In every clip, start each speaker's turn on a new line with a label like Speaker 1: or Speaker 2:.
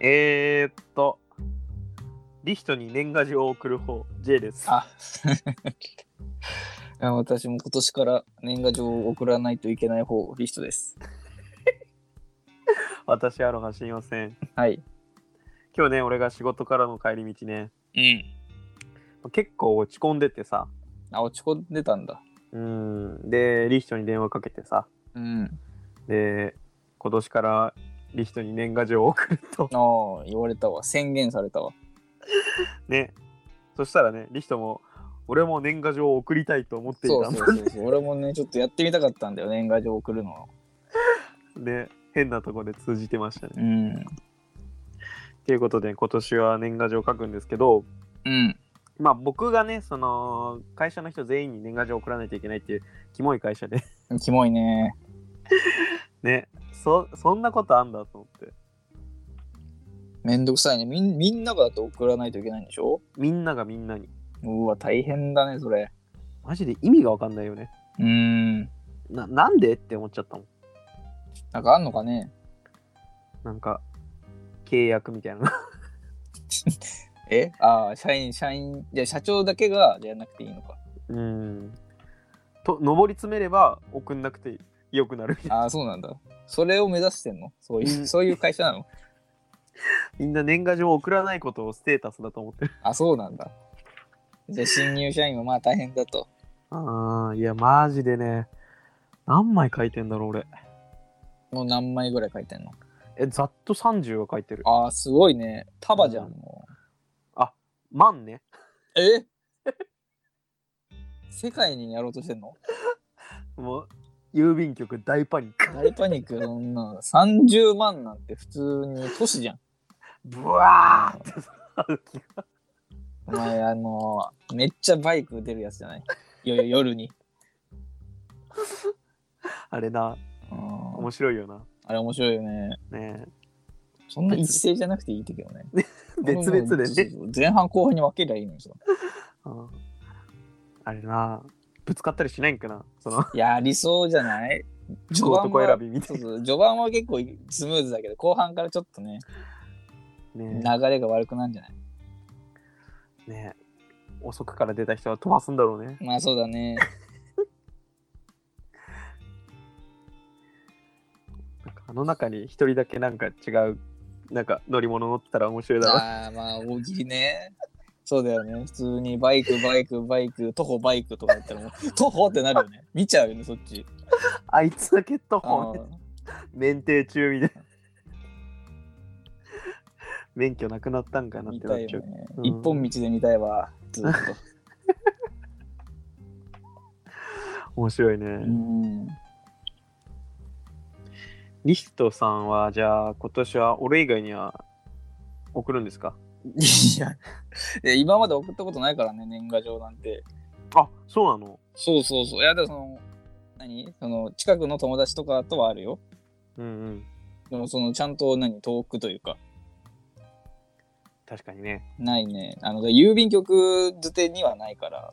Speaker 1: えー、っと、リヒトに年賀状を送る方、J です。
Speaker 2: あ 私も今年から年賀状を送らないといけない方、リストです。
Speaker 1: 私、アロハ知りません。
Speaker 2: はい。
Speaker 1: 今日ね、俺が仕事からの帰り道ね、
Speaker 2: うん。
Speaker 1: 結構落ち込んでてさ、
Speaker 2: あ、落ち込んでたんだ。
Speaker 1: うん、で、リヒトに電話かけてさ、
Speaker 2: うん。
Speaker 1: で、今年からリヒトに年賀状を送る と、
Speaker 2: ああ、言われたわ。宣言されたわ。
Speaker 1: ね。そしたらね、リヒトも、俺も年賀状を送りたいと思ってい
Speaker 2: そう
Speaker 1: た
Speaker 2: そ
Speaker 1: んだ。
Speaker 2: うそうそう。俺もね、ちょっとやってみたかったんだよ、年賀状送るの。
Speaker 1: で、変なとこで通じてましたね。
Speaker 2: うん。
Speaker 1: ということで、今年は年賀状を書くんですけど、
Speaker 2: うん。
Speaker 1: まあ僕がね、その会社の人全員に年賀状を送らないといけないっていうキモい会社で
Speaker 2: キモいね。
Speaker 1: ね、そそんなことあんだと思って、
Speaker 2: めんどくさいね。みんみんながだと送らないといけないんでしょ
Speaker 1: みんながみんなに。
Speaker 2: うわ、大変だね、それ。
Speaker 1: マジで意味がわかんないよね。
Speaker 2: うん。
Speaker 1: ななんでって思っちゃったもん。
Speaker 2: なんかあんのかね
Speaker 1: なんか契約みたいな。
Speaker 2: えああ、社員、社員、じゃ社長だけがじゃなくていいのか。
Speaker 1: うん。と、上り詰めれば送んなくて良くなるみたい な。
Speaker 2: ああ、そうなんだ。それを目指してんのそういうう、
Speaker 1: ん
Speaker 2: そういう会社なの
Speaker 1: みんな年賀状を送らないことをステータスだと思ってる。
Speaker 2: あ、そうなんだ。じゃあ新入社員はまあ大変だと。
Speaker 1: ああ、いや、マジでね、何枚書いてんだろう俺。
Speaker 2: もう何枚ぐらい書いてんの
Speaker 1: え、ざっと30は書いてる。
Speaker 2: ああ、すごいね。束じゃん、
Speaker 1: うん
Speaker 2: もう。
Speaker 1: 万ね。
Speaker 2: え 世界にやろうとしてんの
Speaker 1: もう郵便局大パニック
Speaker 2: 大パニックそんな30万なんて普通に都市じゃん
Speaker 1: ブワーってさ
Speaker 2: お前あのめっちゃバイク出るやつじゃないよ夜に
Speaker 1: あれな
Speaker 2: うん
Speaker 1: 面白いよな
Speaker 2: あれ面白いよね
Speaker 1: ねえ
Speaker 2: そんな一斉じゃなくていいってけどね
Speaker 1: 別々でね、
Speaker 2: そうそう前半後半に分けりゃいいのにさ
Speaker 1: うんあれなぶつかったりしないんかなその
Speaker 2: いやありそうじゃない
Speaker 1: 男男選びみた
Speaker 2: そう
Speaker 1: い
Speaker 2: そう序盤は結構スムーズだけど後半からちょっとね
Speaker 1: な
Speaker 2: 流
Speaker 1: ね
Speaker 2: れが悪くなるんじゃない
Speaker 1: えねえ遅くから出た人は飛ばすんだろうね
Speaker 2: まあそうだね
Speaker 1: なんかあの中に一人だけなんか違うなんか乗り物乗ってたら面白いだろう
Speaker 2: ああまあ大喜利ね。そうだよね。普通にバイク、バイク、バイク、徒歩、バイクとか言ったらもう、徒歩ってなるよね。見ちゃうよね、そっち。
Speaker 1: あいつだけと
Speaker 2: あー
Speaker 1: こ免停中みたいな免許なくなったんかなっ
Speaker 2: 見
Speaker 1: てな
Speaker 2: た
Speaker 1: っ
Speaker 2: い
Speaker 1: ちゃ
Speaker 2: よ
Speaker 1: う
Speaker 2: ね。
Speaker 1: うん
Speaker 2: 一本道で見たいわ、ずっと。
Speaker 1: 面白いね、
Speaker 2: うん。
Speaker 1: リヒトさんはじゃあ今年は俺以外には送るんですか
Speaker 2: いや、いや今まで送ったことないからね、年賀状なんて。
Speaker 1: あそうなの
Speaker 2: そうそうそう。いや、でもその、何その、近くの友達とかとはあるよ。
Speaker 1: うんうん
Speaker 2: でもその、ちゃんと何、遠くというか、
Speaker 1: 確かにね
Speaker 2: ないね。あの、郵便局づてにはないから。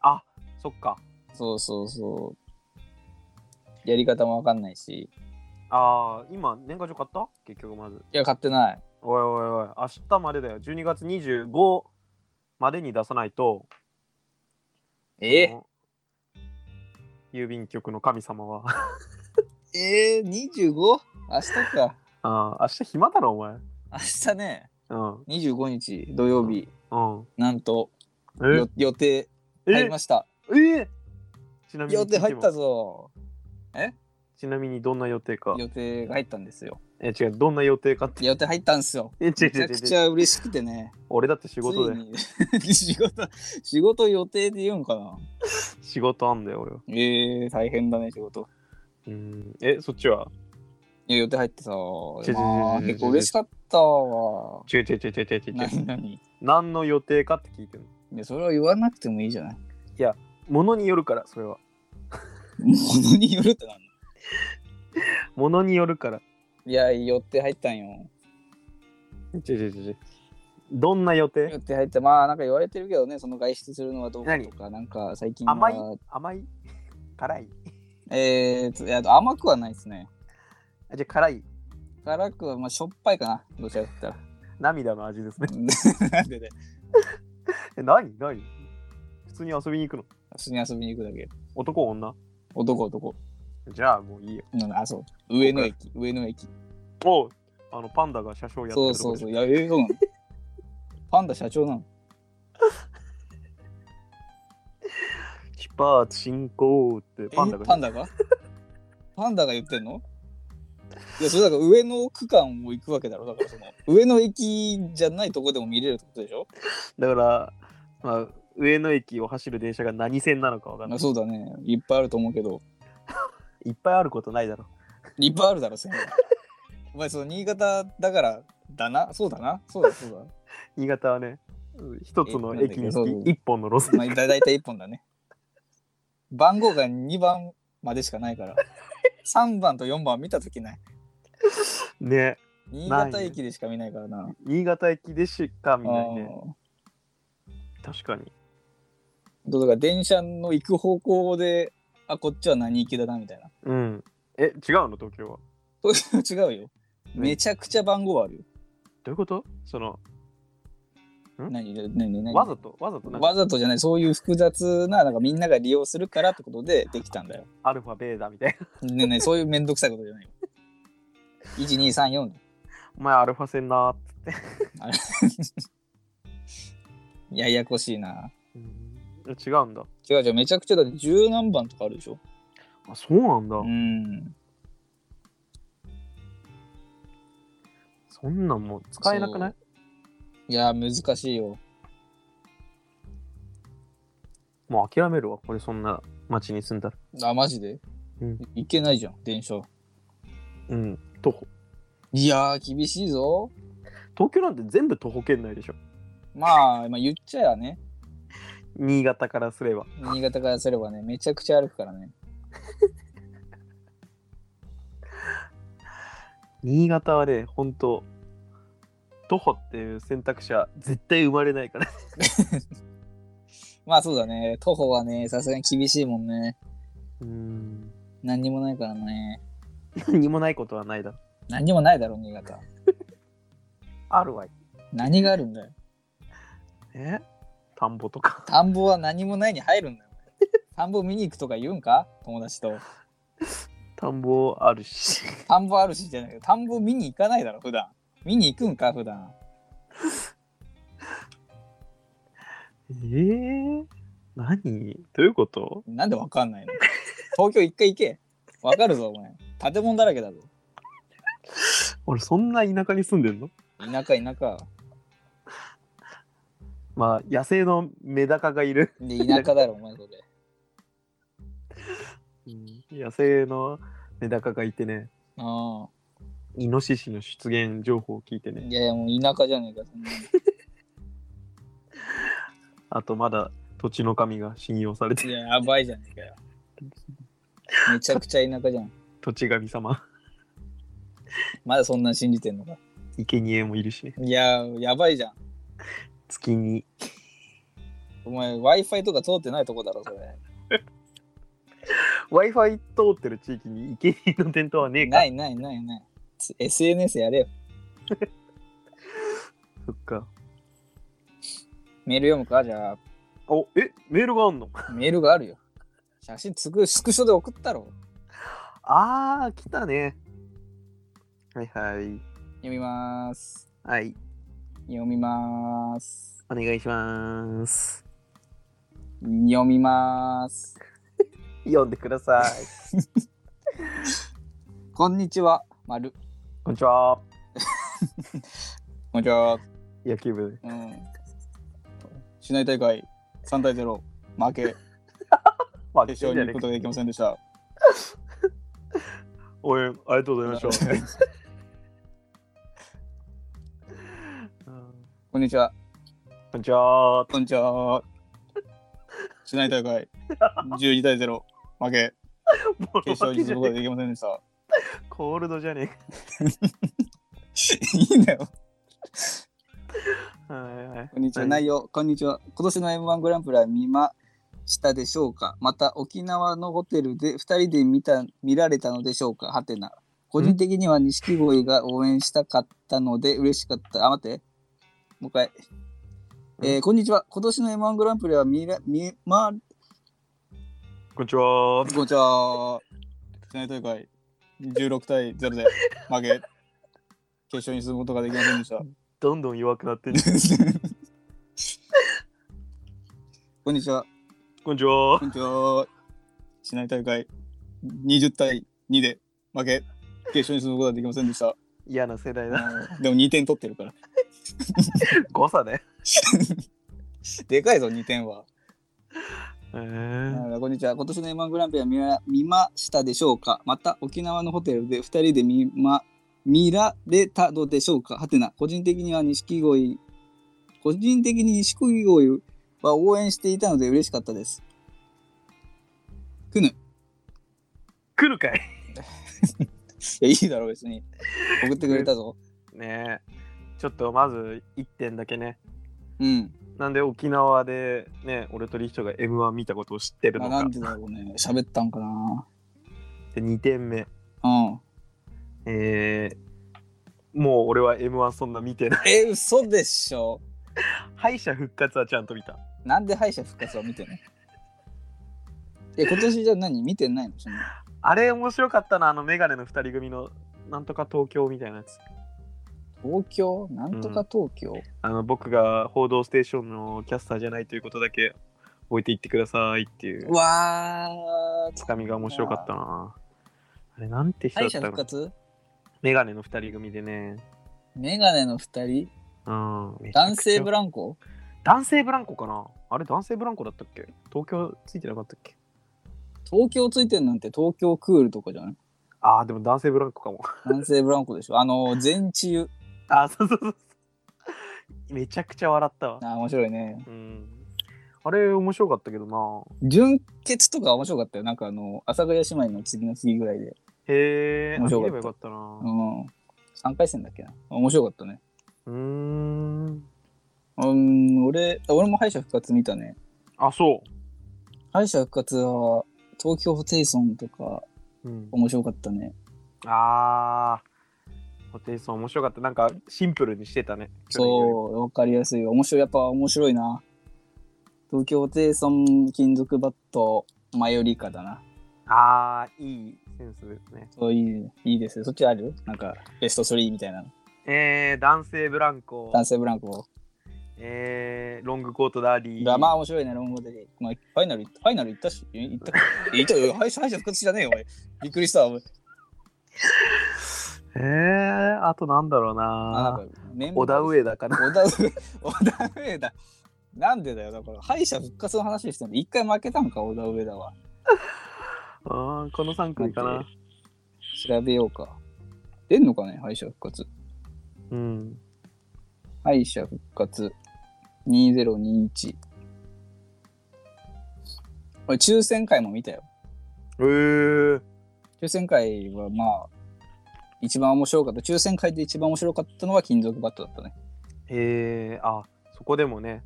Speaker 1: あそっか
Speaker 2: そうそうそう。やり方もわかんないし。
Speaker 1: あー今年賀状買った結局まず
Speaker 2: いや、買ってない。
Speaker 1: おいおいおい明日までだよ12月25までに出さないと
Speaker 2: え
Speaker 1: この郵便局の神様は
Speaker 2: えー、25? 明日か。
Speaker 1: あー明日暇だろお前
Speaker 2: 明日ね、
Speaker 1: うん
Speaker 2: 25日土曜日、
Speaker 1: うん
Speaker 2: なんと
Speaker 1: え
Speaker 2: よ予定
Speaker 1: え
Speaker 2: 入りました。
Speaker 1: えーちなみに
Speaker 2: 予定入ったぞ。
Speaker 1: ちなみにどんな予定か
Speaker 2: 予定が入ったんですよ。
Speaker 1: え違うどんな予定かって
Speaker 2: 予定入ったんですよ。
Speaker 1: え違う
Speaker 2: め
Speaker 1: 違
Speaker 2: ち
Speaker 1: う
Speaker 2: ゃ
Speaker 1: 違
Speaker 2: く
Speaker 1: う
Speaker 2: ちゃ嬉しくてね。
Speaker 1: 俺だって仕事で
Speaker 2: ついに 仕事、仕事予定で言うんかな。
Speaker 1: 仕事あんだよ俺は
Speaker 2: えー、大変だね、仕事。
Speaker 1: うんえそっちはい
Speaker 2: や、予定入ってさ、
Speaker 1: ちょちょ
Speaker 2: まあ
Speaker 1: ちょちょ
Speaker 2: 結構嬉しかったわ。
Speaker 1: 違う違う違う違う違う違う
Speaker 2: 何何
Speaker 1: 何の予定かって聞いてるの
Speaker 2: いや、それは言わなくてもいいじゃない。
Speaker 1: ものによるからそれは
Speaker 2: ものによるってなんの
Speaker 1: ものによるから
Speaker 2: いや、予定入ったんよ。
Speaker 1: 違う違う違う違うどんな予定
Speaker 2: 予定入った。まあ、なんか言われてるけどね、その外出するのはどうかとか、なんか最近は。
Speaker 1: 甘い甘い 辛い
Speaker 2: えーと、いや甘くはないですね。
Speaker 1: あじゃあ辛い
Speaker 2: 辛くは、まあ、しょっぱいかな。どちらかって言っ
Speaker 1: 涙の味ですね。
Speaker 2: たら。なんでね。
Speaker 1: え、何何普通に遊びに行くの
Speaker 2: 普通に遊びに行くだけ。
Speaker 1: 男女
Speaker 2: 男男。
Speaker 1: じゃあもういいよ。
Speaker 2: なんだあ、そう。上野駅。上野駅。
Speaker 1: おうあの、パンダが車掌やって
Speaker 2: そ
Speaker 1: る
Speaker 2: う
Speaker 1: と
Speaker 2: そ
Speaker 1: こ
Speaker 2: う
Speaker 1: で
Speaker 2: そう。いや、ええそうなの。パンダ社長なの。
Speaker 1: 出発進行って
Speaker 2: え
Speaker 1: パンダが
Speaker 2: パンダがパンダが言ってんのいやそれだから上の区間を行くわけだろだからその上の駅じゃないとこでも見れるってことでしょ
Speaker 1: だから、まあ、上野駅を走る電車が何線なのかわかんな
Speaker 2: あそうだねいっぱいあると思うけど
Speaker 1: い。いっぱいあることないだろ。
Speaker 2: いっぱいあるだろそれお前その新潟だからだなそうだなそうだそうだ
Speaker 1: 新潟はね、一つの駅に
Speaker 2: えなんだっけそう
Speaker 1: つ
Speaker 2: そう
Speaker 1: き一本の路線。
Speaker 2: まあだ大体1本だね番号が2番までしかないから3番と4番は見た時ない
Speaker 1: ね、
Speaker 2: 新潟駅でしか見ないからな
Speaker 1: 新潟駅でしか見ないね。
Speaker 2: あー
Speaker 1: 確かに。
Speaker 2: どうだから電車の行く方向であこっちは何行きだなみ たいな
Speaker 1: うん。え、違うの東京は。
Speaker 2: 違うよ。めちゃくちゃ番号あるよ。
Speaker 1: どういうことその、
Speaker 2: 何何何何
Speaker 1: わざと、わざとなんか
Speaker 2: わざとじゃない、そういう複雑な、なんかみんなが利用するからってことでできたんだよ。
Speaker 1: アルファ、ベーダみたいな。
Speaker 2: ねえねえそういうめんどくさいことじゃないよ。1234
Speaker 1: お前アルファ線なーっつって。
Speaker 2: ややこしいな。
Speaker 1: え違うんだ。
Speaker 2: 違う違う、めちゃくちゃだって十何番とかあるでしょ。
Speaker 1: あ、そうなんだ。
Speaker 2: うん。
Speaker 1: そんなんもう使えなくない
Speaker 2: いやー、難しいよ。
Speaker 1: もう諦めるわ。俺そんな町に住んだら。
Speaker 2: あ、マジで、
Speaker 1: うん
Speaker 2: いけないじゃん、電車。
Speaker 1: うん。徒歩。
Speaker 2: いやー、厳しいぞ。
Speaker 1: 東京なんて全部徒歩圏内でしょ。
Speaker 2: まあ、まあ、言っちゃやね。
Speaker 1: 新潟からすれば。
Speaker 2: 新潟からすればね、めちゃくちゃ歩くからね。
Speaker 1: 新潟はね、ほんと、徒歩っていう選択肢は絶対生まれないから。
Speaker 2: まあそうだね。徒歩はね、さすがに厳しいもんね。
Speaker 1: うん。
Speaker 2: 何にもないからね。
Speaker 1: 何もないことはないだろ。
Speaker 2: 何にもないだろ、新潟。
Speaker 1: あるわい。
Speaker 2: 何があるんだよ。
Speaker 1: え田んぼとか。
Speaker 2: 田んぼは何もないに入るんだよ。田んぼ見に行くとか言うんか友達と。
Speaker 1: 田んぼあるし。
Speaker 2: 田んぼあるしじゃないけど、田んぼ見に行かないだろ、普段。見に行くんか、普段。
Speaker 1: えー、何どういうこと
Speaker 2: なんでわかんないの東京一回行け。わかるぞ、お前。建物だらけだぞ。
Speaker 1: 俺そんな田舎に住んでんの
Speaker 2: 田舎、田舎。
Speaker 1: まあ野生のメダカがいる、
Speaker 2: で、田舎だろ、お前それ。
Speaker 1: 野生のメダカがいてね
Speaker 2: ああ。
Speaker 1: イノシシの出現情報を聞いてね
Speaker 2: いやいや、もう田舎じゃねえか、そんなの
Speaker 1: あとまだ土地の神が信用されて
Speaker 2: い
Speaker 1: る
Speaker 2: や、やばいじゃねえかよ。めちゃくちゃ田舎じゃん。
Speaker 1: 土地神様
Speaker 2: まだそんなん信じてんのか。
Speaker 1: 生贄もいるしね
Speaker 2: いや、やばいじゃん。
Speaker 1: 月に
Speaker 2: お前、Wi-Fi とか通ってないとこだろ、それ。
Speaker 1: w i f i 通ってる地域に生贄の伝統はねえか
Speaker 2: ないないないない。つ SNS やれよ。
Speaker 1: そっか
Speaker 2: メール読むかじゃ
Speaker 1: おえメールがあんの
Speaker 2: あ、メールがあるよ。写真つく、スクショで送ったろ。
Speaker 1: あー来たねはいはい
Speaker 2: 読みまーす。
Speaker 1: はい
Speaker 2: 読みまーす。
Speaker 1: お願いします
Speaker 2: 読みまーす。
Speaker 1: 読んでくださ い
Speaker 2: こんにちは、まる。
Speaker 1: こんにちは
Speaker 2: こんにちは。
Speaker 1: 野球部で
Speaker 2: うん。市内大会3対0、負け、
Speaker 1: まあ
Speaker 2: 決勝に行くことができませんでした。
Speaker 1: 応援ありがとうございま した。うん
Speaker 2: こんにちは。
Speaker 1: こんにちは。
Speaker 2: こんにちは。市内大 会12対0負け決 勝に進むことができませんでした。
Speaker 1: コールドじゃね
Speaker 2: いいんだよ。
Speaker 1: えか。はいはい
Speaker 2: こんにちは。
Speaker 1: はい
Speaker 2: 内容、こんにちは。今年の M1 グランプリは見ましたでしょうかまた沖縄のホテルで2人で見た見られたのでしょうかはてな。個人的には錦鯉が応援したかったので嬉しかった。あ、待って。もう一回。えーこんにちは。今年の M1 グランプリはミラ、ミマ
Speaker 1: こんにちは
Speaker 2: こんにちは。市内大会16対0で負け、決勝に進むことができませんでした。
Speaker 1: どんどん弱くなってる
Speaker 2: こんにちは。
Speaker 1: こんにちは
Speaker 2: こんにちは。市内大会20対2で負け、決勝に進むことができませんでした。
Speaker 1: 嫌な世代だ
Speaker 2: うんでも2点取ってるから。
Speaker 1: 誤差ね
Speaker 2: でかいぞ、2点は。
Speaker 1: へえ
Speaker 2: あこんにちは。今年の M1 グランプリは見ら見ましたでしょうかまた沖縄のホテルで2人で見,、ま、見られたのでしょうかはてな。個人的には錦鯉、個人的に錦鯉は応援していたので嬉しかったです。
Speaker 1: 来るかい
Speaker 2: いや、いいだろ、別に。送ってくれたぞ。
Speaker 1: ねえちょっとまず1点だけね
Speaker 2: うん。
Speaker 1: なんで沖縄でね俺とリヒトが m 1見たことを知ってる
Speaker 2: まあ
Speaker 1: の
Speaker 2: な
Speaker 1: か
Speaker 2: んでだろうね。喋ったんかな。
Speaker 1: で2点目
Speaker 2: うん。
Speaker 1: えーもう俺は m 1そんな見てない
Speaker 2: え、嘘でしょ。
Speaker 1: 敗者復活はちゃんと見た
Speaker 2: なんで敗者復活を見てんのえ、今年じゃ何見てないのそんな
Speaker 1: あれ面白かったなあのメガネの2人組のなんとか東京みたいなやつ
Speaker 2: 東京なんとか東京、
Speaker 1: あの僕が「報道ステーション」のキャスターじゃないということだけ置いていってくださいっていう
Speaker 2: うわ
Speaker 1: つ
Speaker 2: ー
Speaker 1: かみが面白かったなあれなんて人だ
Speaker 2: 敗
Speaker 1: っ
Speaker 2: 者
Speaker 1: た
Speaker 2: 復
Speaker 1: の
Speaker 2: 活
Speaker 1: メガネの2人組でね
Speaker 2: メガネの2人
Speaker 1: うんめちゃ
Speaker 2: 男
Speaker 1: くち
Speaker 2: 性
Speaker 1: ゃ
Speaker 2: ブランコ
Speaker 1: 男性ブランコかなあれ男性ブランコだったっけ東京ついてなかったっけ
Speaker 2: 東京ついてんなんて東京クールとかじゃない
Speaker 1: ああでも男性ブランコかも
Speaker 2: 男性ブランコでしょあのー全治癒
Speaker 1: あーそうそうそうめちゃくちゃ笑ったわ
Speaker 2: あー面白いね
Speaker 1: うんあれ面白かったけどな
Speaker 2: 純潔とか面白かったよなんかあの阿佐ヶ谷姉妹の次の次ぐらいで
Speaker 1: へえ
Speaker 2: 面
Speaker 1: 見
Speaker 2: 白か
Speaker 1: れ
Speaker 2: った
Speaker 1: ばよかったな
Speaker 2: うん3回戦だっけな面白かったね
Speaker 1: うーん
Speaker 2: うーん俺俺も敗者復活見たね
Speaker 1: あそ
Speaker 2: 敗者復活は東京ホテイソンとか
Speaker 1: う、うん、
Speaker 2: 面白かったね
Speaker 1: あー、ホテイソン面白かった。なんかシンプルにしてたね。
Speaker 2: そう、わかりやすい。面白い、やっぱ面白いな。東京ホテイソン金属バット、マヨリカだな。
Speaker 1: う。あー、いいセンスですね。
Speaker 2: そういい、いいですね。そっちあるなんか、ベスト3みたいな。
Speaker 1: えー、男性ブランコ、
Speaker 2: 男性ブランコ。
Speaker 1: えー、ロングコートダーリー。
Speaker 2: まあ面白いね、ロングで。まあ、ファイナル、ファイナル行ったし、え行ったか。え行ったよ。敗者敗者復活じゃねえよ、おい。びっくりした。おい
Speaker 1: えー、あとなんだろう
Speaker 2: あ、な
Speaker 1: なん
Speaker 2: か、メンバー
Speaker 1: 小田。上だか な。
Speaker 2: 小田上、小田上だ。なんでだよ、だから、敗者復活の話してんの。一回負けたんか、小田上だわ。
Speaker 1: あーこの3組か
Speaker 2: なん
Speaker 1: な
Speaker 2: て。調べようか。出んのかね、敗者復活。
Speaker 1: うん。
Speaker 2: 敗者復活2021俺抽選会も見たよ
Speaker 1: えー、
Speaker 2: 抽選会はまあ一番面白かった抽選会で一番面白かったのは金属バットだったね
Speaker 1: えー、あ、そこでもね。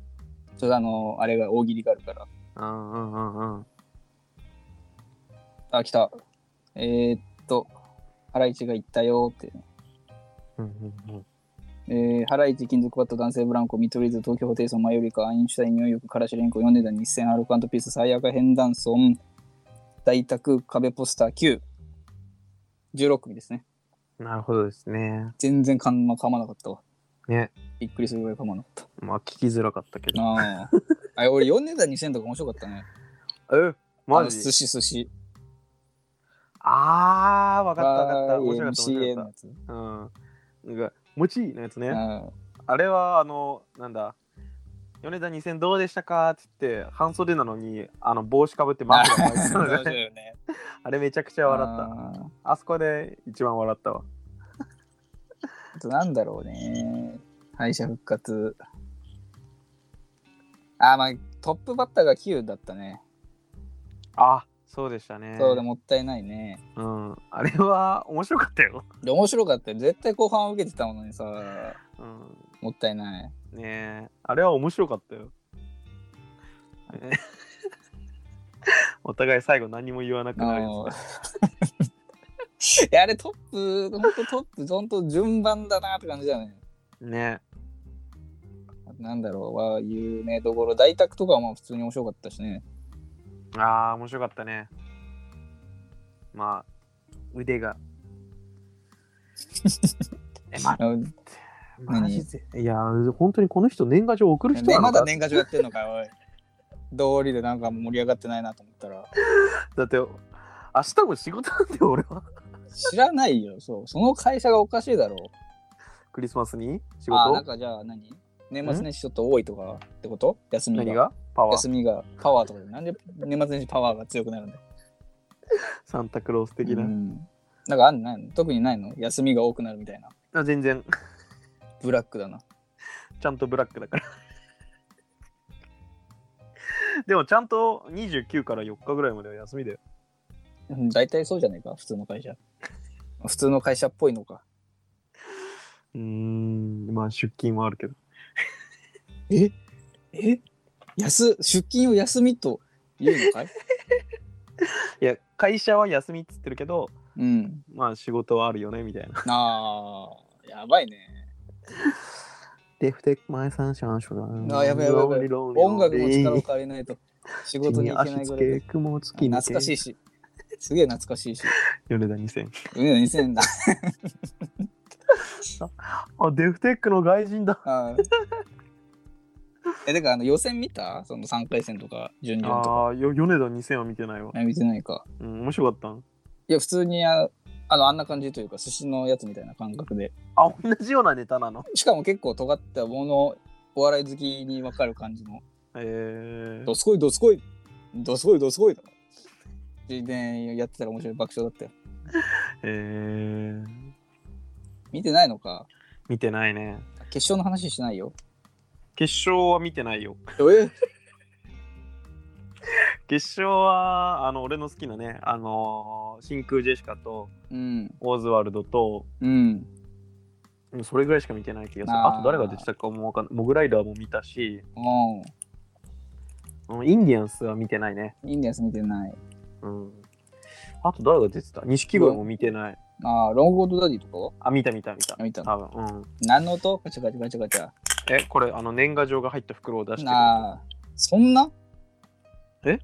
Speaker 2: ちょっとあのあれが大喜利があるから
Speaker 1: うんうんうんうん。
Speaker 2: あ来たえー、っとハライチが行ったよって、
Speaker 1: うんうんうん
Speaker 2: えー、ハライチ金属バット男性ブランコ見取り図東京ホテイソンマヨリカアインシュタインニューヨークからしれんこヨネダ日戦アルコピース最悪変断層大宅壁ポスター916組ですね
Speaker 1: なるほどですね。
Speaker 2: 全然かんま噛まなかったわ。
Speaker 1: ね。
Speaker 2: びっくりするぐらい噛まなかった。
Speaker 1: まあ聞きづらかったけど。
Speaker 2: ああ。あれ俺、米田2000とか面白かったね。
Speaker 1: えマ
Speaker 2: あの
Speaker 1: ジ
Speaker 2: 寿司寿司。
Speaker 1: あー、わかったわかった。
Speaker 2: あー
Speaker 1: 面白かった。面
Speaker 2: MCA
Speaker 1: 白か
Speaker 2: の
Speaker 1: っ
Speaker 2: やつ。
Speaker 1: た。うん。なんか、もちのやつね。
Speaker 2: あ
Speaker 1: あれは、あの、なんだ、米田2000どうでしたかって言って、半袖なのに、あの、帽子かぶってマ
Speaker 2: あ
Speaker 1: スクが 巻いてたのね
Speaker 2: 面白いよね。
Speaker 1: あれめちゃくちゃ笑った。
Speaker 2: あ
Speaker 1: あそこで一番笑ったわ。
Speaker 2: ーあとなんだろうね。敗者復活。あーまあ、トップバッターが9だったね。
Speaker 1: あ、そうでしたね。
Speaker 2: そうだ、もったいないね。
Speaker 1: うん。あれは面白かったよ。
Speaker 2: で、面白かったよ。絶対後半受けてたものにさ、
Speaker 1: うん。
Speaker 2: もったいない。
Speaker 1: ねえ、あれは面白かったよ。ねお互い最後何も言わなく
Speaker 2: あ
Speaker 1: なるやつね
Speaker 2: の いやあれトップ、本当トップ、本当順番だなって感じだね。
Speaker 1: ね
Speaker 2: なんだろう、は有名どころ、大宅とかはまあ普通に面白かった しね。
Speaker 1: ああ面白かったねまあ腕がえま
Speaker 2: あね
Speaker 1: マジでいや本当にこの人年賀状送る人な
Speaker 2: ま
Speaker 1: のか
Speaker 2: だ年賀状やってんのかよ、おい。道理でなんか盛り上がってないなと思ったら。
Speaker 1: だって明日も仕事なんだよ俺は
Speaker 2: 知らないよ、そう。その会社がおかしいだろう。
Speaker 1: クリスマスに仕
Speaker 2: あーな
Speaker 1: 事
Speaker 2: んかじゃあ何年末年始ちょっと多いとかってこと休み
Speaker 1: 何がパワ
Speaker 2: 休
Speaker 1: ー
Speaker 2: みがパワーとかでなんで年末年始パワーが強くなるんだよ
Speaker 1: サンタクロース的な、
Speaker 2: うんなんかあんのないの特にないの休みが多くなるみたいな
Speaker 1: あ全然
Speaker 2: ブラックだな
Speaker 1: ちゃんとブラックだから でもちゃんと29から4日ぐらいまでは休みだよ
Speaker 2: うん大体そうじゃないか普通の会社 普通の会社っぽいのか
Speaker 1: うーんまあ出勤はあるけど
Speaker 2: ええ休出勤を休みと言うのかい
Speaker 1: いや会社は休みっつってるけど
Speaker 2: うん
Speaker 1: まあ仕事はあるよねみたいな。
Speaker 2: あーやばいね
Speaker 1: デフテマイサンシャンショ
Speaker 2: あやばいやばいやばい音楽も力を借りないと仕事に行けないぐらいで
Speaker 1: 雲つ
Speaker 2: 懐かしい
Speaker 1: い。
Speaker 2: しすげえ懐かしいし
Speaker 1: 米田2000。
Speaker 2: うん2000だ
Speaker 1: あ、デフテックの外人だ。
Speaker 2: はいえ、だからあの予選見たその3回戦とか、準々とか。
Speaker 1: ああ、よ米田2000は見てないわ。
Speaker 2: え見てないか。
Speaker 1: うん、面白かったん
Speaker 2: いや、普通にああのあんな感じというか、寿司のやつみたいな感覚で。
Speaker 1: あ、同じようなネタなの。
Speaker 2: しかも結構尖ったもの、お笑い好きに分かる感じの、
Speaker 1: え
Speaker 2: ど
Speaker 1: ー、
Speaker 2: すこいどすこい、どすこいどすこいだから。全然やってたら面白い爆笑だったよ。
Speaker 1: えー、
Speaker 2: 見てないのか。
Speaker 1: 見てないね。
Speaker 2: 決勝の話しないよ。
Speaker 1: 決勝は見てないよ。
Speaker 2: え
Speaker 1: 決勝は、あの、俺の好きなね、あのー真空ジェシカと
Speaker 2: うん。
Speaker 1: オーズワルドと、
Speaker 2: うん。
Speaker 1: うんそれぐらいしか見てない気がする。
Speaker 2: あー
Speaker 1: あと誰が出てたかもわかんない。モグライダーも見たし、
Speaker 2: お
Speaker 1: うんインディアンスは見てないね。
Speaker 2: インディアンス見てない。
Speaker 1: うん。あと誰が出てた錦鯉も見てない。
Speaker 2: ああ、ロングコートダディとかは
Speaker 1: あ、見た見た見た
Speaker 2: あ。見た。
Speaker 1: 多分、うん。
Speaker 2: 何の音ガチャガチャガチャガチャ。
Speaker 1: え、これ、あの、年賀状が入った袋を出してる。
Speaker 2: なあそんな
Speaker 1: え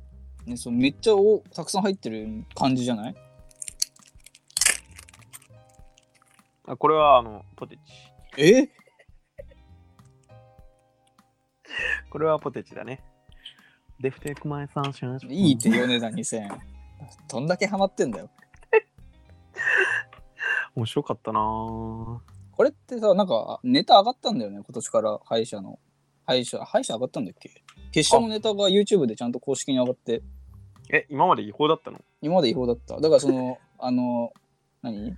Speaker 2: ね、そうめっちゃおたくさん入ってる感じじゃない
Speaker 1: あこれは、あの、ポテチ。
Speaker 2: え
Speaker 1: これはポテチだね。デフテクマイサンシャン。
Speaker 2: いいってよ値段2000どん だけハマってんだよ
Speaker 1: 面白かったなぁ
Speaker 2: これってさなんかネタ上がったんだよね今年から歯医者の歯医者歯医者上がったんだっけ決勝のネタが YouTube でちゃんと公式に上がって
Speaker 1: え、今まで違法だったの
Speaker 2: 今まで違法だっただからその あの何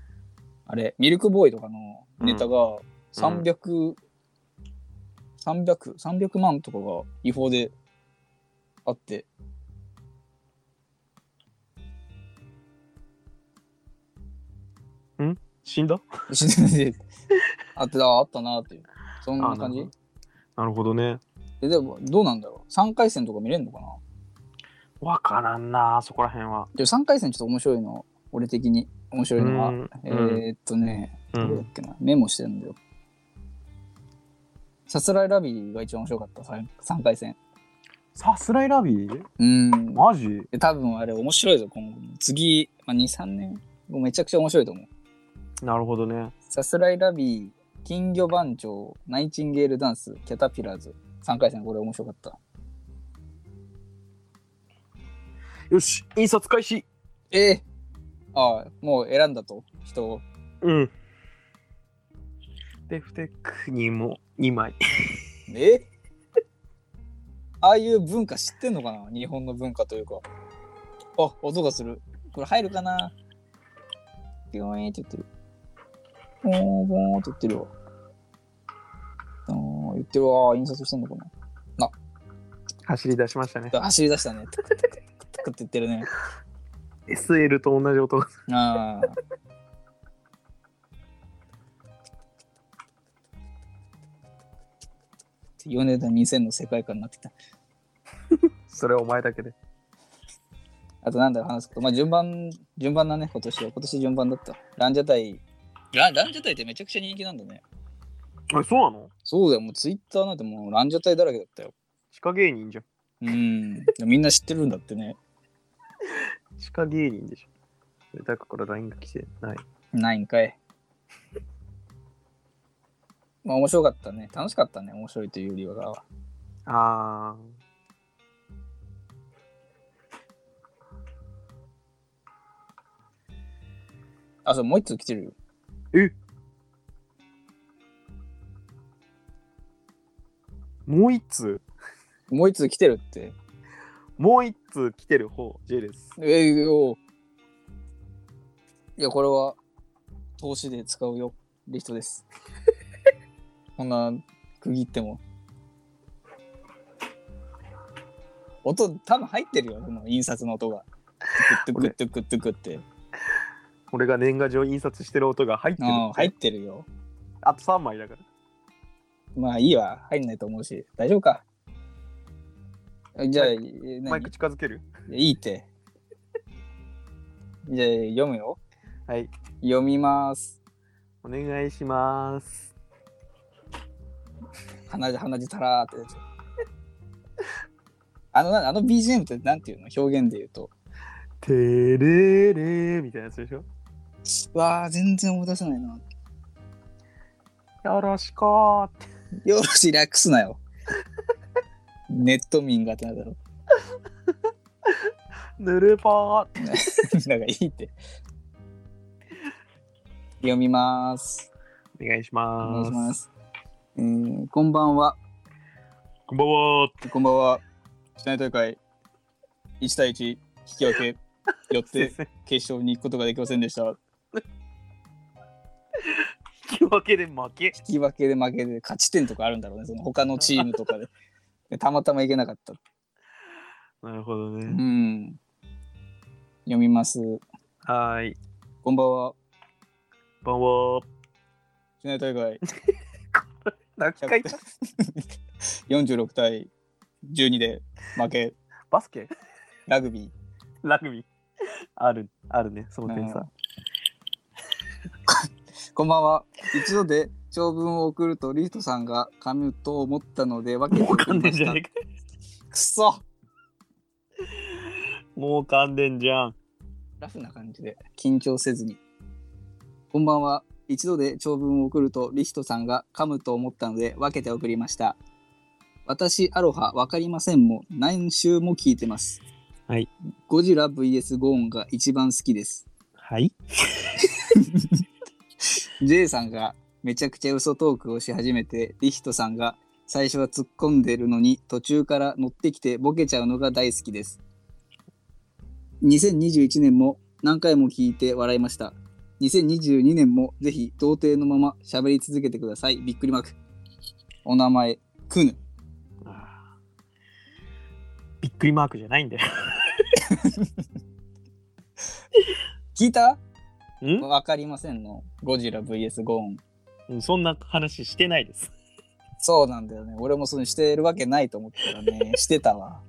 Speaker 2: あれミルクボーイとかのネタが300300、300 300万とかが違法であって
Speaker 1: 死んだ
Speaker 2: 死んで てあってああったなっていうそんな感
Speaker 1: あ
Speaker 2: じ
Speaker 1: なるなるほどね。
Speaker 2: ででもどうなんだろう3回戦とか見れるのかな
Speaker 1: わからんなぁそこら辺は。
Speaker 2: でも3回戦ちょっと面白いの俺的に面白いのは、
Speaker 1: うん
Speaker 2: えー、っとね、
Speaker 1: う
Speaker 2: どれだ
Speaker 1: ん。
Speaker 2: っけなメモしてるんだよさすらいラビーが一番面白かった 3, 3回戦
Speaker 1: さすらいラビー
Speaker 2: うん
Speaker 1: マジ
Speaker 2: で多分あれ面白いぞ今後次、まあ、23年もうめちゃくちゃ面白いと思う
Speaker 1: なるほどね。
Speaker 2: さすらいラビー金魚番長ナイチンゲールダンスキャタピラーズ3回戦これ面白かった
Speaker 1: よし、印刷開始
Speaker 2: ええああ、もう選んだと、人を。
Speaker 1: うん。デフテックにも2枚。
Speaker 2: えああいう文化知ってんのかな日本の文化というか。あ、音がする。これ入るかなビョーンって言ってる。ボーンボーンって言ってるわ。あー言ってるわ。印刷してんのかな
Speaker 1: 走り出しましたね。
Speaker 2: あ走り出したね。トゥクトゥクトゥクって言ってるね。
Speaker 1: SL と同じ音が。
Speaker 2: ああ。米田2000の世界観になってきた。
Speaker 1: それお前だけで。
Speaker 2: あとなんだろう話すか。まあ順番、順番だね、今年は。今年順番だった。ランジャタイ。ラランジャタイってめちゃくちゃ人気なんだね。
Speaker 1: え、そうなの
Speaker 2: そうだよ、もうツイッターなんてもうランジャタイだらけだったよ。
Speaker 1: 地下芸人じゃん。
Speaker 2: うん。みんな知ってるんだってね。
Speaker 1: 地下芸人でしょ。だから LINE が来てない。
Speaker 2: ないんかい。まあ面白かったね。楽しかったね。面白いというよりは。
Speaker 1: あ
Speaker 2: あ、そう、もう一つ来てるよ。
Speaker 1: ー。もう一通。
Speaker 2: もう一つ来てるって。
Speaker 1: もう一通来てる方、J です。
Speaker 2: ええよ。いや、これは投資で使うよ。リス トです。こんな区切っても。音、多分入ってるよ。この印刷の音が。トゥクトゥクトゥクトゥクって。
Speaker 1: 俺が年賀状印刷してる音が入ってるって。
Speaker 2: うん、入ってるよ。
Speaker 1: あと3枚だから。
Speaker 2: まあいいわ。入んないと思うし。大丈夫か。じゃあ、
Speaker 1: マイ
Speaker 2: え何
Speaker 1: マイク近づける
Speaker 2: いいって。じゃあ、読むよ。
Speaker 1: はい。
Speaker 2: 読みます。
Speaker 1: お願いします。
Speaker 2: 鼻血、鼻血たらーってやつ。あの、なあの BGM ってなんていうの表現で言うと。
Speaker 1: てれれーみたいなやつでしょ。
Speaker 2: うわー、全然思い出せないな。
Speaker 1: よろしくーって。
Speaker 2: よろし、リラックスなよ。ネット民がってなんだろ。
Speaker 1: ぬるぽーって。
Speaker 2: なんかいいって。読みます。
Speaker 1: お願いし
Speaker 2: お願
Speaker 1: ま
Speaker 2: い
Speaker 1: す。
Speaker 2: します。えー、こんばんは。
Speaker 1: こんばんはー。
Speaker 2: こんばんは。市内大会1対1引き分け、よって
Speaker 1: 先
Speaker 2: 決勝に行くことができませんでした。
Speaker 1: 生引き分けで負け。
Speaker 2: 引き分けで負けで勝ち点とかあるんだろうね、その他のチームと かで。でたまたまいけなかった。
Speaker 1: なるほど
Speaker 2: う
Speaker 1: ね。
Speaker 2: ん。読みます。
Speaker 1: はーい。
Speaker 2: こんばんは。
Speaker 1: こんばんはー。
Speaker 2: 市内大会
Speaker 1: 何
Speaker 2: 100
Speaker 1: 回言っ
Speaker 2: 点
Speaker 1: た
Speaker 2: 46対12で負け、
Speaker 1: バスケ
Speaker 2: ラグビー。
Speaker 1: ラグビー。ある、あるね、その点差。
Speaker 2: こんばんは。一度で長文を送るとリートさんが噛むと思ったので分けて
Speaker 1: もう
Speaker 2: 送
Speaker 1: 噛
Speaker 2: り
Speaker 1: んで
Speaker 2: ま
Speaker 1: んじ
Speaker 2: し
Speaker 1: ゃ
Speaker 2: た
Speaker 1: ねえ。か。
Speaker 2: くそ
Speaker 1: もう噛んでんじゃん。
Speaker 2: ラフな感じで緊張せずに。こんばんは。一度で長文を送るとリヒトさんが噛むと思ったので分けて送りました。私、アロハ、わかりませんも何週も聞いてます。
Speaker 1: はい。
Speaker 2: ゴジラ VS ゴーンが一番好きです。
Speaker 1: はい。
Speaker 2: J さんがめちゃくちゃ嘘トークをし始めて、リヒトさんが最初は突っ込んでるのに途中から乗ってきてボケちゃうのが大好きです。2021年も何回も聞いて笑いました。2022年もぜひ童貞のまま喋り続けてください。びっくりマーク。お名前、クヌ。
Speaker 1: あーびっくりマークじゃないんだよ。
Speaker 2: 聞いた
Speaker 1: ん
Speaker 2: わかりませんの。ゴジラ VS ゴーン。
Speaker 1: うんそんな話してないです。
Speaker 2: そうなんだよね。俺もそれしてるわけないと思ったらね、してたわ。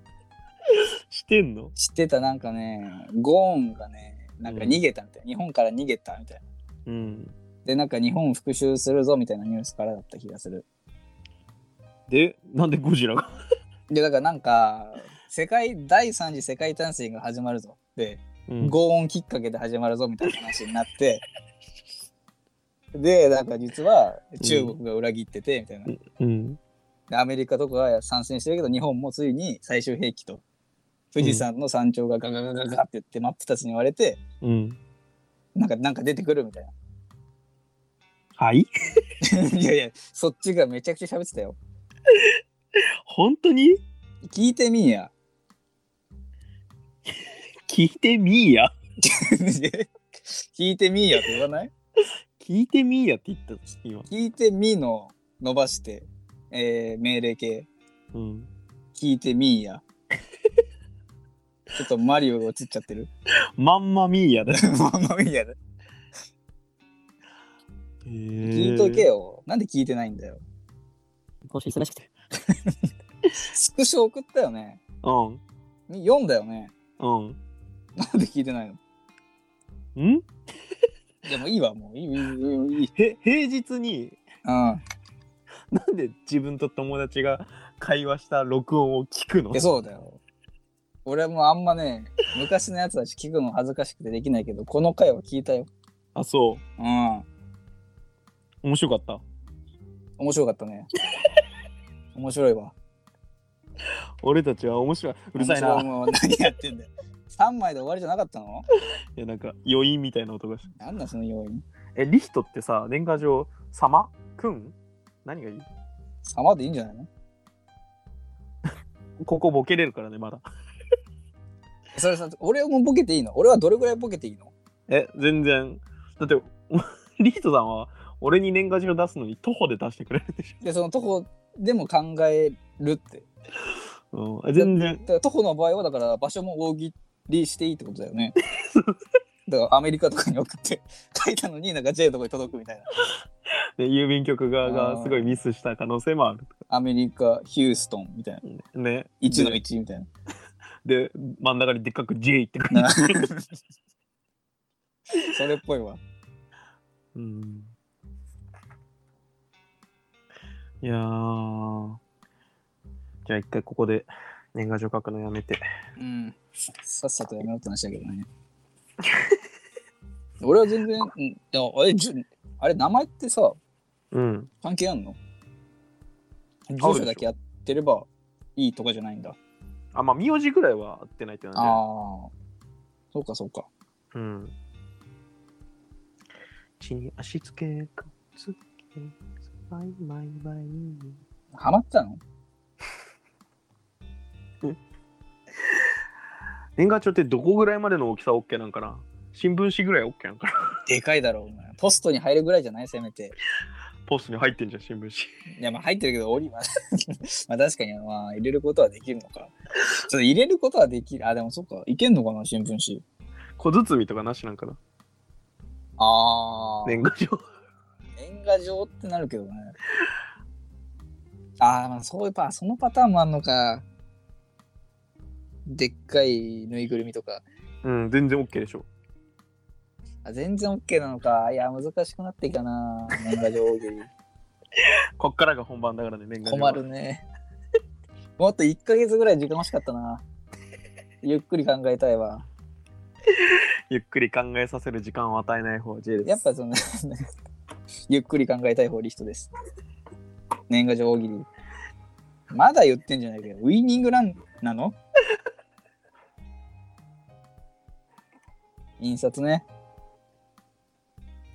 Speaker 1: してんの
Speaker 2: 知ってたなんかねゴーンがねなんか逃げたみたいな、日本から逃げたみたいな
Speaker 1: うん。
Speaker 2: でなんか日本復讐するぞみたいなニュースからだった気がする
Speaker 1: で、なんでゴジラが
Speaker 2: でだからなんか世界第三次世界大戦が始まるぞで、
Speaker 1: うん
Speaker 2: ゴーンきっかけで始まるぞみたいな話になってでなんか実は中国が裏切っててみたいな、
Speaker 1: うん。
Speaker 2: でアメリカとかが参戦してるけど日本もついに最終兵器と富士山の山頂がガガガガガって言って真っ二つに割れて
Speaker 1: うん。
Speaker 2: なんかなんか出てくるみたいな。
Speaker 1: はい
Speaker 2: いやいや、そっちがめちゃくちゃ喋ってたよ。
Speaker 1: 本当に
Speaker 2: 聞いてみんや。
Speaker 1: 聞いてみーや。
Speaker 2: 聞いてみんやって言わない
Speaker 1: 聞いてみーやって言ったの今。
Speaker 2: 聞いてみの伸ばして、えー命令形、
Speaker 1: うん。
Speaker 2: 聞いてみんや。ちょっとマリオが映っちゃってる。
Speaker 1: まんまみーやだ。
Speaker 2: もうもういいやで。
Speaker 1: 聞
Speaker 2: 聞いとけ。よ。なんで聞いてないんだよ。
Speaker 1: 今週忙しくて。
Speaker 2: スクショ送ったよね。
Speaker 1: うん。
Speaker 2: 読んだよね。
Speaker 1: うん。
Speaker 2: なんで聞いてないの
Speaker 1: ん
Speaker 2: でもういいわ、もういい、いい、いいいい。
Speaker 1: へ平日に
Speaker 2: うん。
Speaker 1: なんで自分と友達が会話した録音を聞くの
Speaker 2: いや、そうだよ。俺もあんまね、昔のやつだし聞くの恥ずかしくてできないけど、この回は聞いたよ。
Speaker 1: あそう
Speaker 2: うん。
Speaker 1: 面白かった
Speaker 2: 面白かっ たね。面白いわ。
Speaker 1: 俺たちは面白いうるさいな
Speaker 2: 面白もう何やってんだよ。3枚で終わりじゃなかったの
Speaker 1: いやなんか余韻みたいな音がして
Speaker 2: なんだその要因。
Speaker 1: えリストってさ年賀状様くん何がいい
Speaker 2: 様でいいんじゃないの
Speaker 1: ここボケれるからねまだ
Speaker 2: それさ、俺もボケていいの俺はどれぐらいボケていいの
Speaker 1: え全然だって リストさんは俺に年賀状出すのに徒歩で出してくれるでし
Speaker 2: で、その徒歩でも考えるって。
Speaker 1: ょ、うん、全然
Speaker 2: だから徒歩の場合はだから場所も大喜利していいってことだ よね。だからアメリカとかに送って書いたのになんか J のとこに届くみたいな。
Speaker 1: で郵便局側
Speaker 2: あー
Speaker 1: がすごいミスした可能性もある
Speaker 2: アメリカ、ヒューストンみたいな。
Speaker 1: ね
Speaker 2: 1の1みたいな。
Speaker 1: で真ん中にでっかく J って書いてある
Speaker 2: それっぽいわ。
Speaker 1: うんいやーじゃあ一回ここで年賀状書くのやめて
Speaker 2: うん。さっさとやめろって話だけどね。 俺は全然、うん、でもあれ、じゅあれ名前ってさ、
Speaker 1: うん
Speaker 2: 関係あんの
Speaker 1: しょ
Speaker 2: 住所だけやってればいいとかじゃないんだ。
Speaker 1: あまあ名字ぐらいは合ってないってなんで
Speaker 2: ああ。そうかそうか。
Speaker 1: うん。地に足つけ、くっつけ、バイバイバイ。
Speaker 2: ハマったの
Speaker 1: 年賀状ってどこぐらいまでの大きさ OK なんかな新聞紙ぐらい OK なんかな
Speaker 2: でかいだろう、お前ポストに入るぐらいじゃないせめて。
Speaker 1: ポストに入ってんじゃん、新聞紙。
Speaker 2: いや、まあ 入ってるけど、折りは。まあ確かに、まあ入れることはできるのか。ちょっと入れることはできる。あ、でもそっか。いけんのかな、新聞紙。
Speaker 1: 小包みとかなしなんかな
Speaker 2: ああ。
Speaker 1: 年賀状。
Speaker 2: 年賀状ってなるけどね。ああ、まあそういうパそのパターンもあんのか。でっかいぬいぐるみとか。
Speaker 1: うん、全然 OK でしょ。
Speaker 2: あ全然 OK なのか。いや、難しくなってきたな。年賀状大喜利。
Speaker 1: こっからが本番だからね、年賀状。
Speaker 2: 困る。ね。もっと1ヶ月ぐらい時間欲しかったな。ゆっくり考えたいわ。
Speaker 1: ゆっくり考えさせる時間を与えない方が J です。
Speaker 2: やっぱその、ゆっくり考えたい方リストです。年賀状大喜利。まだ言ってんじゃないけど、ウィーニングランなの印刷ね。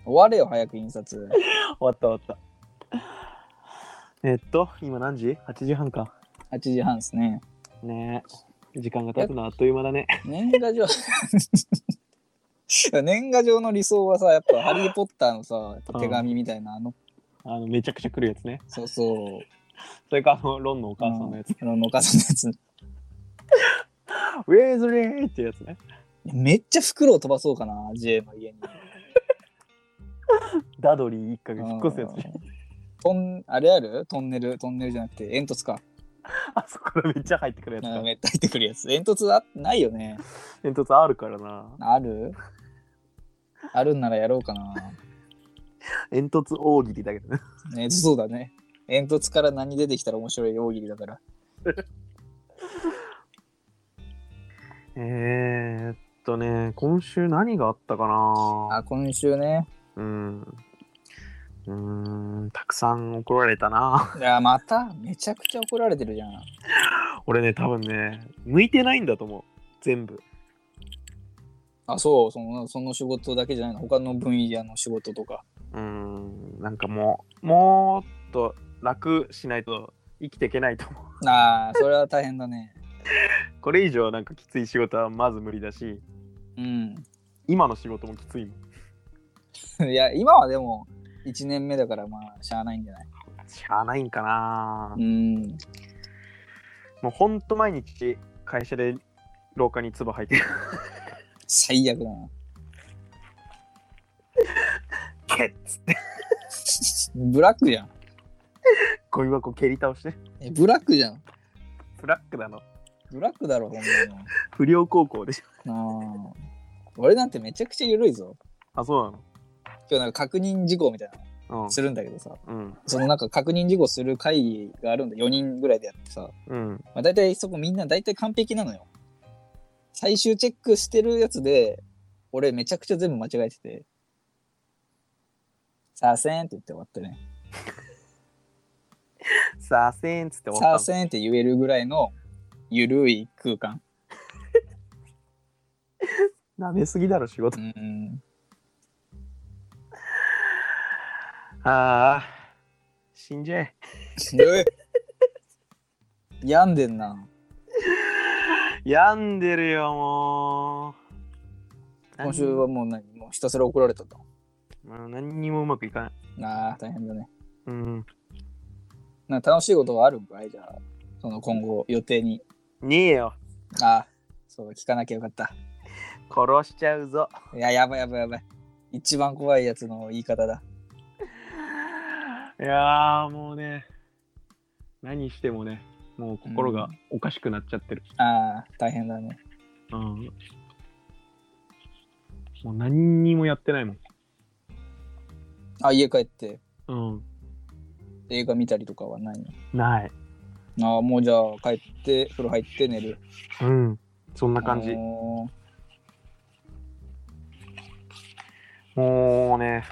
Speaker 2: 終われよ、早く印刷。
Speaker 1: 終わった終わった。えっと、今何時 ?8 時半か。
Speaker 2: 8時半ですね。
Speaker 1: ねえ。時間が経つのはあっという間だね。
Speaker 2: 年賀状 年賀状の理想はさやっぱ「ハリー・ポッター」のさやっぱ手紙みたいな、あの
Speaker 1: あのめちゃくちゃ来るやつね。
Speaker 2: そうそう
Speaker 1: それかあのロンのお母さんのやつ。
Speaker 2: あのお母さんのやつ
Speaker 1: ウェズリーってやつね。
Speaker 2: めっちゃ袋を飛ばそうかな J の家に
Speaker 1: ダドリー一家が引っ越すやつ ね。
Speaker 2: トンあれあるトンネルトンネルじゃなくて煙突か
Speaker 1: あそこからめっちゃ入ってくるやつ
Speaker 2: なんか
Speaker 1: か。
Speaker 2: めった入ってくるやつ煙突はないよね
Speaker 1: 煙突あるからな。
Speaker 2: あるあるんならやろうかな
Speaker 1: 煙突大喜利だけどね。
Speaker 2: ねそうだね煙突から何出てきたら面白い大喜利だから
Speaker 1: えー、っとね、今週何があったかな
Speaker 2: あ今週ね
Speaker 1: うん。うーん、たくさん怒られたな。
Speaker 2: いやまためちゃくちゃ怒られてるじゃん
Speaker 1: 俺ね、多分ね、向いてないんだと思う。全部。
Speaker 2: あ、そう、その、その仕事だけじゃないの。他の分野の仕事とか。
Speaker 1: うーん、なんかもう、もっと楽しないと生きていけないと思う。
Speaker 2: ああ、それは大変だね。
Speaker 1: これ以上なんかきつい仕事はまず無理だし、
Speaker 2: うん。
Speaker 1: 今の仕事もきついもん。
Speaker 2: いや、今はでも、1年目だから、まあ、しゃあないんじゃない
Speaker 1: しゃあないんかな、
Speaker 2: うん。
Speaker 1: もうほんと毎日会社で廊下に唾吐いてる
Speaker 2: 最悪だな。
Speaker 1: けっつって
Speaker 2: ブラックじゃん。
Speaker 1: ゴミ箱蹴り倒して
Speaker 2: え、ブラックじゃん。
Speaker 1: ブラックなの
Speaker 2: ブラックだろ、ほん
Speaker 1: 不良高校でしょ。
Speaker 2: まに。うん俺なんてめちゃくちゃ緩いぞ。
Speaker 1: あ、そう
Speaker 2: 今日なんか確認事項みたいな
Speaker 1: なの
Speaker 2: のするんだけどさ、
Speaker 1: うん。
Speaker 2: そのなんか確認事項する会議があるんだ、4人ぐらいでやってさ、
Speaker 1: うん。うん。
Speaker 2: まあ、大体そこみんな大体完璧なのよ。最終チェックしてるやつで、俺めちゃくちゃ全部間違えてて、さあせんって言って終わったね。
Speaker 1: さあせんっつって終
Speaker 2: さ
Speaker 1: わ
Speaker 2: あ
Speaker 1: ったの。
Speaker 2: せんって言えるぐらいのゆるい空間。
Speaker 1: なめすぎだろ、仕事
Speaker 2: う。ん。
Speaker 1: ああ。死んじゃえ。
Speaker 2: しんどい。病んでんな。
Speaker 1: 病んでるよ、もう。
Speaker 2: 今週はもう何もうひたすら怒られたと。
Speaker 1: 何,、うん、何にもうまくいかない。
Speaker 2: ああ、大変だね。
Speaker 1: うん。
Speaker 2: なんか楽しいことはあるんかいじゃあ、その今後予定に。
Speaker 1: ねえよ。
Speaker 2: ああ、そう、聞かなきゃよかった。
Speaker 1: 殺しちゃうぞ。
Speaker 2: いや、やばいやばいやばい。一番怖いやつの言い方だ。
Speaker 1: いやー、もうね。何してもね。もう心がおかしくなっちゃってる。
Speaker 2: ああ、大変だね。
Speaker 1: うん。もう何にもやってないもん。
Speaker 2: あ、家帰って
Speaker 1: うん。
Speaker 2: 映画見たりとかはない
Speaker 1: ない。
Speaker 2: のああ、もうじゃあ帰って、風呂入って寝る。
Speaker 1: うん。そんな感じ。
Speaker 2: あの
Speaker 1: もうね、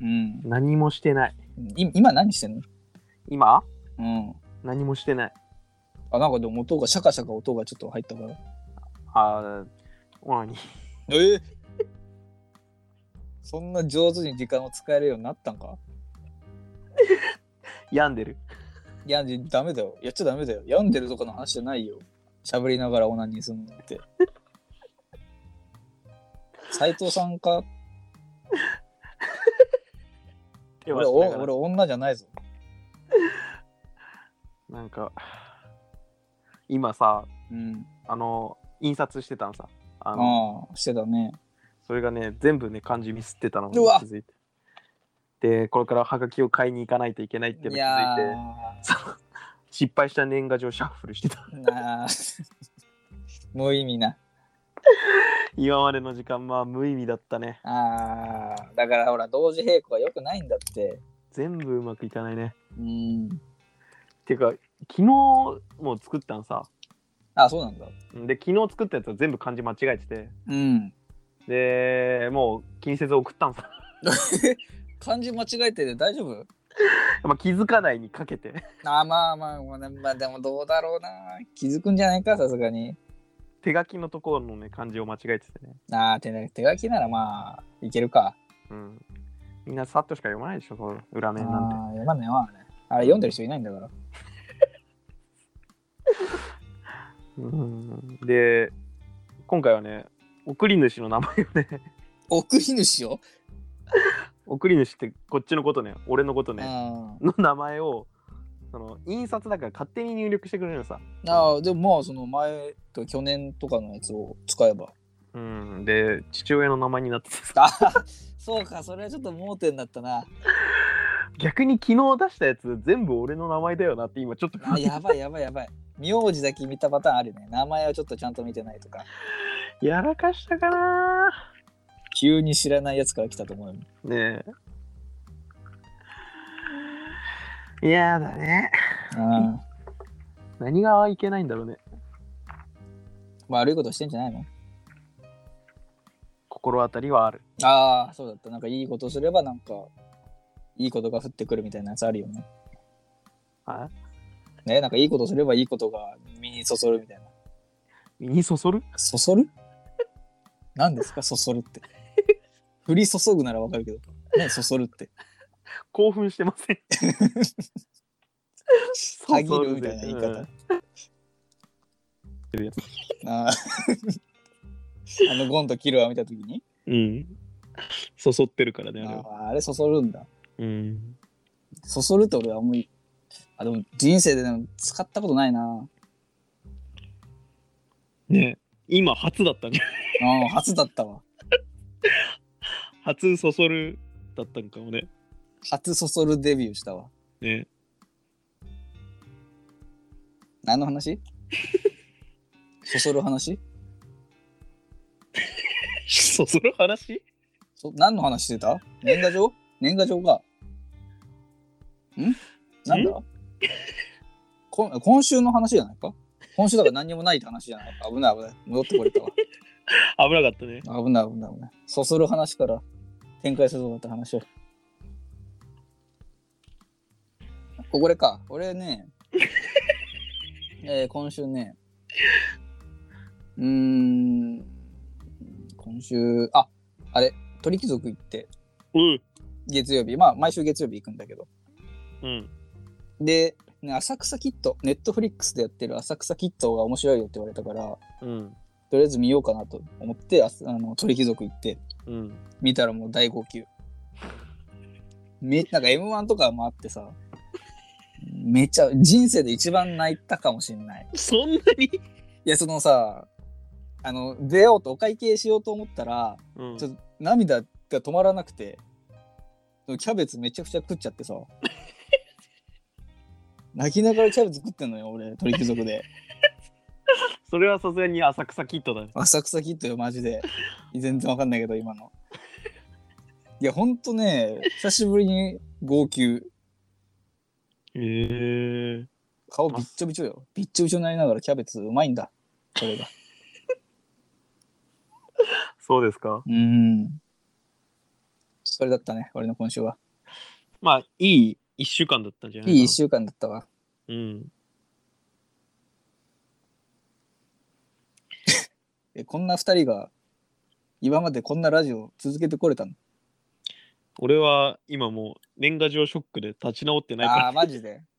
Speaker 2: ーうん。
Speaker 1: 何もしてない。
Speaker 2: い今何してんの
Speaker 1: 今
Speaker 2: うん。
Speaker 1: 何もしてない。
Speaker 2: あ、なんかでも音が、シャカシャカ音がちょっと入ったから。
Speaker 1: あー、オナニー。
Speaker 2: え そんな上手に時間を使えるようになったんか
Speaker 1: 病んでる。
Speaker 2: いや、じダメだよ。やっちゃダメだよ。病んでるとかの話じゃないよ。しゃぶりながらオナニーする のって。斎藤さんか
Speaker 1: 手は
Speaker 2: 俺
Speaker 1: し
Speaker 2: お
Speaker 1: ながら
Speaker 2: 俺女じゃないぞ。
Speaker 1: なんか、今さ、
Speaker 2: うん。
Speaker 1: あの、印刷してたのさ。あの、
Speaker 2: ああ、してたね。
Speaker 1: それがね、全部ね、漢字ミスってたのに気
Speaker 2: うわ
Speaker 1: づいて。で、これからハガキを買いに行かないといけないっていうの
Speaker 2: い
Speaker 1: に気
Speaker 2: や
Speaker 1: づいて、その失敗した年賀状シャッフルしてた。
Speaker 2: ー なあ無意味な。
Speaker 1: 今までの時間、まあ無意味だったね。
Speaker 2: ああ、だからほら、同時並行は良くないんだって。
Speaker 1: 全部うまくいかないね。
Speaker 2: うん。
Speaker 1: てか、昨日も作ったんさ。
Speaker 2: あそうなんだ。
Speaker 1: で、昨日作ったやつは全部漢字間違えてて。
Speaker 2: うん。
Speaker 1: で、もう気にせず送ったんさ。
Speaker 2: 漢字間違えてて大丈夫
Speaker 1: まあ気づかないにかけて。
Speaker 2: あーまあまあまあ、まあ、でもどうだろうな。気づくんじゃないか、さすがに。
Speaker 1: 手書きのところのね、漢字を間違えててね。
Speaker 2: ああ、手書き手書きならまあ、いけるか。
Speaker 1: うん。みんなさっとしか読まないでしょ、その裏
Speaker 2: ああ
Speaker 1: 面なんて。
Speaker 2: ー、読まんね読まんね。あれ読んでる人いないんだから。
Speaker 1: うんで、今回はね、送り主の名前を ね、
Speaker 2: 送り主を、
Speaker 1: 送り主ってこっちのことね、俺のこと
Speaker 2: う
Speaker 1: ね、
Speaker 2: ん。
Speaker 1: の名前を、その印刷だから勝手に入力してくれるのさ。
Speaker 2: ああ、でもまあ、その前と去年とかのやつを使えば。
Speaker 1: うん、で、父親の名前になっててさ、
Speaker 2: あーそうか、それはちょっと盲点だったな。
Speaker 1: 逆に昨日出したやつ、全部俺の名前だよなって今ちょっと、
Speaker 2: あやばいやばいやばい。名字だけ見たパターンあるね。名前はちょっとちゃんと見てないとか。
Speaker 1: やらかしたかな
Speaker 2: 急に知らないやつから来たと思うよ。
Speaker 1: ねえ。いやだね。
Speaker 2: うん。
Speaker 1: 何がいけないんだろうね。
Speaker 2: 悪いことしてんじゃないの
Speaker 1: 心当たりはある。
Speaker 2: ああ、そうだった。なんかいいことすれば、なんか、いいことが降ってくるみたいなやつあるよね。
Speaker 1: あ
Speaker 2: ね、なんかいいことすればいいことが身にそそるみたいな。
Speaker 1: 身にそそる
Speaker 2: そそる何ですか、そそるって。降り注ぐならわかるけど、ね、そそるって。
Speaker 1: 興奮してません。
Speaker 2: たぎるみたいな言い方。
Speaker 1: うんてるや
Speaker 2: あーあのゴンとキルア見たときに
Speaker 1: うん。そそってるからね、あ
Speaker 2: あ
Speaker 1: れは。
Speaker 2: ーあれそそるんだ。
Speaker 1: うん。
Speaker 2: そそるって俺は思い。あ、でも人生ででも使ったことないな。
Speaker 1: ね今、初だったんじゃない
Speaker 2: ああ、初だったわ。
Speaker 1: 初そそるだったんかもね。
Speaker 2: 初そそるデビューしたわ。
Speaker 1: ね
Speaker 2: 何の話そそる話
Speaker 1: そそる話
Speaker 2: そ何の話してた年賀状年賀状か。んなんだこん今週の話じゃないか今週だから何にもないって話じゃない危ない危ない。戻ってこれたわ。
Speaker 1: 危なかったね。
Speaker 2: 危ない危ない危ない。そそる話から展開すると思った話を。ここれか。俺ね、えー今週ね、うーん、今週、あ、あれ、鳥貴族行って、
Speaker 1: うん。
Speaker 2: 月曜日、まあ毎週月曜日行くんだけど。
Speaker 1: うん。
Speaker 2: で、ね浅草キッド、ネットフリックスでやってる浅草キッドが面白いよって言われたから、
Speaker 1: うん。
Speaker 2: とりあえず見ようかなと思って、ああの鳥貴族行って、
Speaker 1: うん。
Speaker 2: 見たらもう大号泣めなんか m 1とかもあってさめっちゃ人生で一番泣いたかもしんない
Speaker 1: そんなに
Speaker 2: いやそのさあの出ようとお会計しようと思ったら
Speaker 1: うん
Speaker 2: ちょっと涙が止まらなくてキャベツめちゃくちゃ食っちゃってさ泣きながらキャベツ食ってんのよ俺鳥貴族で
Speaker 1: それはさすがに浅草キットだね。
Speaker 2: 浅草キッドよマジで全然わかんないけど今のいやほんとね久しぶりに号泣
Speaker 1: へえ。
Speaker 2: 顔びっちょびちょよ。びっちょびちょになりながらキャベツうまいんだ。それが。
Speaker 1: そうですか
Speaker 2: うん。それだったね、俺の今週は。
Speaker 1: まあ、いい一週間だったんじゃない
Speaker 2: いい1
Speaker 1: 週
Speaker 2: 週間だったわ。
Speaker 1: うん。
Speaker 2: えこんな2人が今までこんなラジオ続けてこれたの
Speaker 1: 俺は今もう年賀状ショックで立ち直ってないから。
Speaker 2: ああー、マジで。